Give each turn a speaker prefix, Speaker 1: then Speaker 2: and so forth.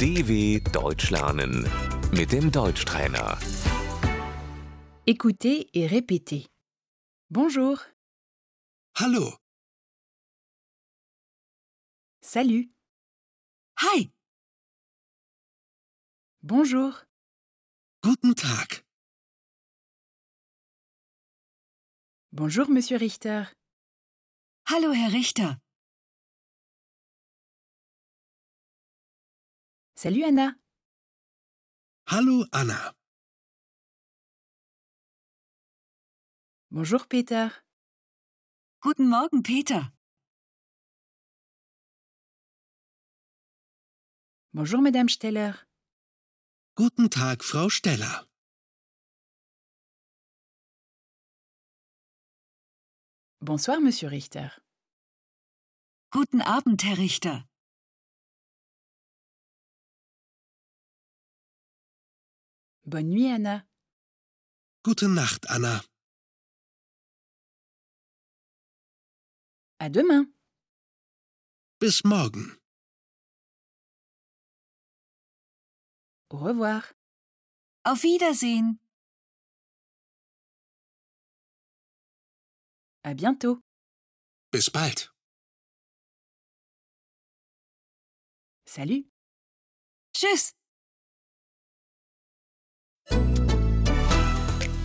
Speaker 1: DW Deutsch lernen mit dem Deutschtrainer.
Speaker 2: Écoutez et répétez. Bonjour,
Speaker 3: Hallo,
Speaker 2: salut,
Speaker 4: Hi,
Speaker 2: bonjour,
Speaker 3: guten Tag.
Speaker 2: bonjour Monsieur Richter,
Speaker 4: hallo Herr Richter.
Speaker 2: salut Anna,
Speaker 3: Hallo Anna.
Speaker 2: bonjour Peter,
Speaker 4: Guten Morgen, Peter.
Speaker 2: bonjour Madame Steller,
Speaker 3: Guten Tag, Frau Steller.
Speaker 2: bonsoir Monsieur Richter.
Speaker 4: Guten Abend, Herr Richter.
Speaker 2: Bonne nuit Anna,
Speaker 3: Gute Nacht, Anna.
Speaker 2: à demain.
Speaker 3: Bis morgen.
Speaker 2: Au revoir.
Speaker 4: Auf Wiedersehen.
Speaker 2: À bientôt.
Speaker 3: Bis bald.
Speaker 2: Salut.
Speaker 4: Tschüss.